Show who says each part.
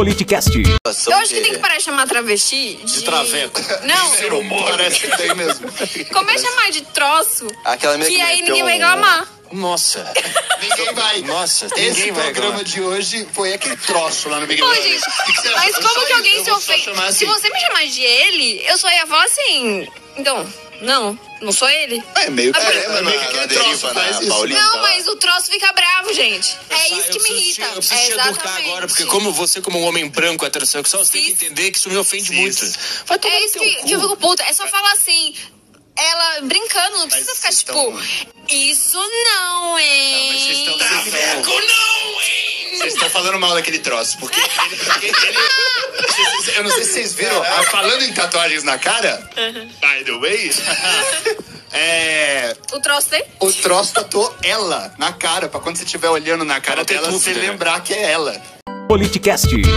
Speaker 1: Politicast.
Speaker 2: Eu acho que tem que parar de chamar travesti de.
Speaker 3: De traveco.
Speaker 2: Não.
Speaker 4: é
Speaker 3: De ser humano.
Speaker 4: Parece que tem mesmo.
Speaker 2: Começa a chamar de troço.
Speaker 5: Aquela
Speaker 2: que
Speaker 5: menina
Speaker 2: aí
Speaker 5: meteu
Speaker 2: ninguém vai
Speaker 5: um-
Speaker 2: reclamar.
Speaker 3: Nossa.
Speaker 4: Ninguém vai.
Speaker 3: Nossa,
Speaker 4: Esse
Speaker 3: ninguém vai
Speaker 4: programa
Speaker 3: agora.
Speaker 4: de hoje foi aquele troço lá no Big
Speaker 2: Pô,
Speaker 4: Brother.
Speaker 2: gente,
Speaker 4: O que que você acha?
Speaker 2: mas
Speaker 4: Eu
Speaker 2: como
Speaker 4: só-
Speaker 2: que alguém
Speaker 4: eu
Speaker 2: se
Speaker 4: vou só
Speaker 2: ofende?
Speaker 4: chamar
Speaker 2: Se
Speaker 4: assim.
Speaker 2: você me chamar de ele, eu sou a avó assim. Então, não, não sou ele.
Speaker 5: É meio que
Speaker 2: Ah,
Speaker 4: É, mas meio
Speaker 5: na-
Speaker 4: que aquele
Speaker 5: na
Speaker 4: troço
Speaker 5: deriva
Speaker 4: faz
Speaker 5: na
Speaker 4: isso.
Speaker 5: Paulista.
Speaker 2: Não, mas o troço fica bravo, gente. É
Speaker 3: Eu
Speaker 2: isso que me
Speaker 3: preciso te-
Speaker 2: irrita.
Speaker 3: Eu preciso
Speaker 2: é
Speaker 3: te educar
Speaker 2: exatamente.
Speaker 3: agora, porque como você, como um homem branco heterossexual, você tem que
Speaker 2: Cis.
Speaker 3: entender que isso me ofende
Speaker 5: Cis.
Speaker 3: muito. Vai tomar
Speaker 2: É
Speaker 3: no
Speaker 2: isso
Speaker 3: teu
Speaker 2: que,
Speaker 3: cu.
Speaker 2: que eu fico puta. É só falar assim. Ela brincando, não precisa
Speaker 5: Mas
Speaker 2: ficar
Speaker 5: vocês
Speaker 2: tipo.
Speaker 5: tão-
Speaker 2: Isso não, hein?
Speaker 4: Mas vocês estão- vocês estão-
Speaker 3: não, hein?
Speaker 4: Vocês estão falando mal daquele troço, porque ele, ele-
Speaker 2: Ah!
Speaker 4: vocês- eu não sei se vocês viram, ah, falando em tatuagens na cara, by the way, é,
Speaker 2: O troço tem?
Speaker 4: o troço tatuou ela na cara, pra quando você estiver olhando na cara
Speaker 3: Pra não ter
Speaker 4: dela, você
Speaker 3: dúvida, né?
Speaker 4: lembrar que é ela.
Speaker 1: Politicast.